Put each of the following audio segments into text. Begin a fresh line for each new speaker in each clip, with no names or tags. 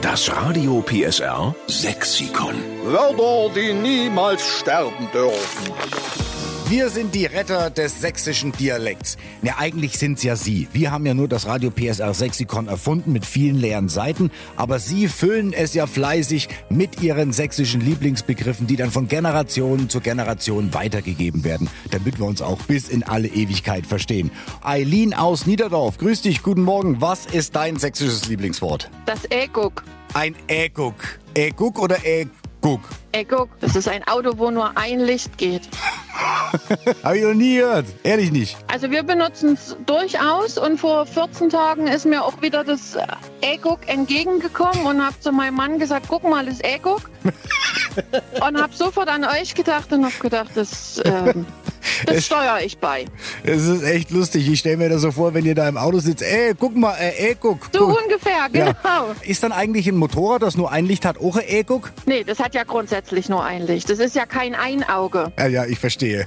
Das Radio PSR Sexikon.
Wörter, die niemals sterben dürfen.
Wir sind die Retter des sächsischen Dialekts. Ne, eigentlich sind's ja Sie. Wir haben ja nur das Radio PSR Sexikon erfunden mit vielen leeren Seiten, aber Sie füllen es ja fleißig mit Ihren sächsischen Lieblingsbegriffen, die dann von Generation zu Generation weitergegeben werden, damit wir uns auch bis in alle Ewigkeit verstehen. Eileen aus Niederdorf, grüß dich, guten Morgen. Was ist dein sächsisches Lieblingswort?
Das E-Guck.
Ein Äguck. Äguck oder Äguck?
E-Guck, das ist ein Auto, wo nur ein Licht geht.
Hab ich noch nie gehört. Ehrlich nicht.
Also wir benutzen es durchaus und vor 14 Tagen ist mir auch wieder das äh, E-Guck entgegengekommen und habe zu meinem Mann gesagt, guck mal, das E-Guck. und habe sofort an euch gedacht und habe gedacht, das, ähm, das steuere ich bei.
Es ist echt lustig. Ich stelle mir das so vor, wenn ihr da im Auto sitzt. Ey, guck mal, äh, ey, guck.
So
guck.
ungefähr, genau.
Ja. Ist dann eigentlich ein Motorrad, das nur ein Licht hat, auch ein ey, guck?
Nee, das hat ja grundsätzlich nur ein Licht. Das ist ja kein Einauge.
Ja, ja, ich verstehe.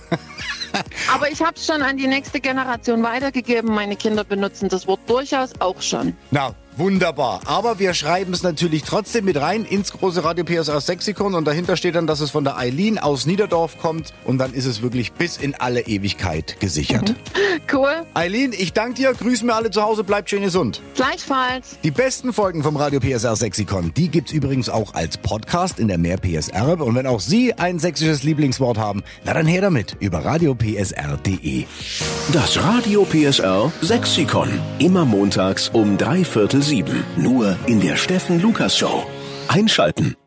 Aber ich habe es schon an die nächste Generation weitergegeben. Meine Kinder benutzen das Wort durchaus auch schon.
Na, wunderbar. Aber wir schreiben es natürlich trotzdem mit rein ins große Radio PSR Sexikon und dahinter steht dann, dass es von der Eileen aus Niederdorf kommt und dann ist es wirklich bis in alle Ewigkeit gesichert.
Cool.
Eileen, ich danke dir, grüß mir alle zu Hause, bleibt schön gesund.
Gleichfalls.
Die besten Folgen vom Radio PSR Sexikon, die gibt's übrigens auch als Podcast in der Mehr PSR. Und wenn auch Sie ein sächsisches Lieblingswort haben, na dann her damit über radiopsr.de.
Das Radio PSR Sexikon. Immer montags um drei Viertel sieben. Nur in der Steffen Lukas Show. Einschalten.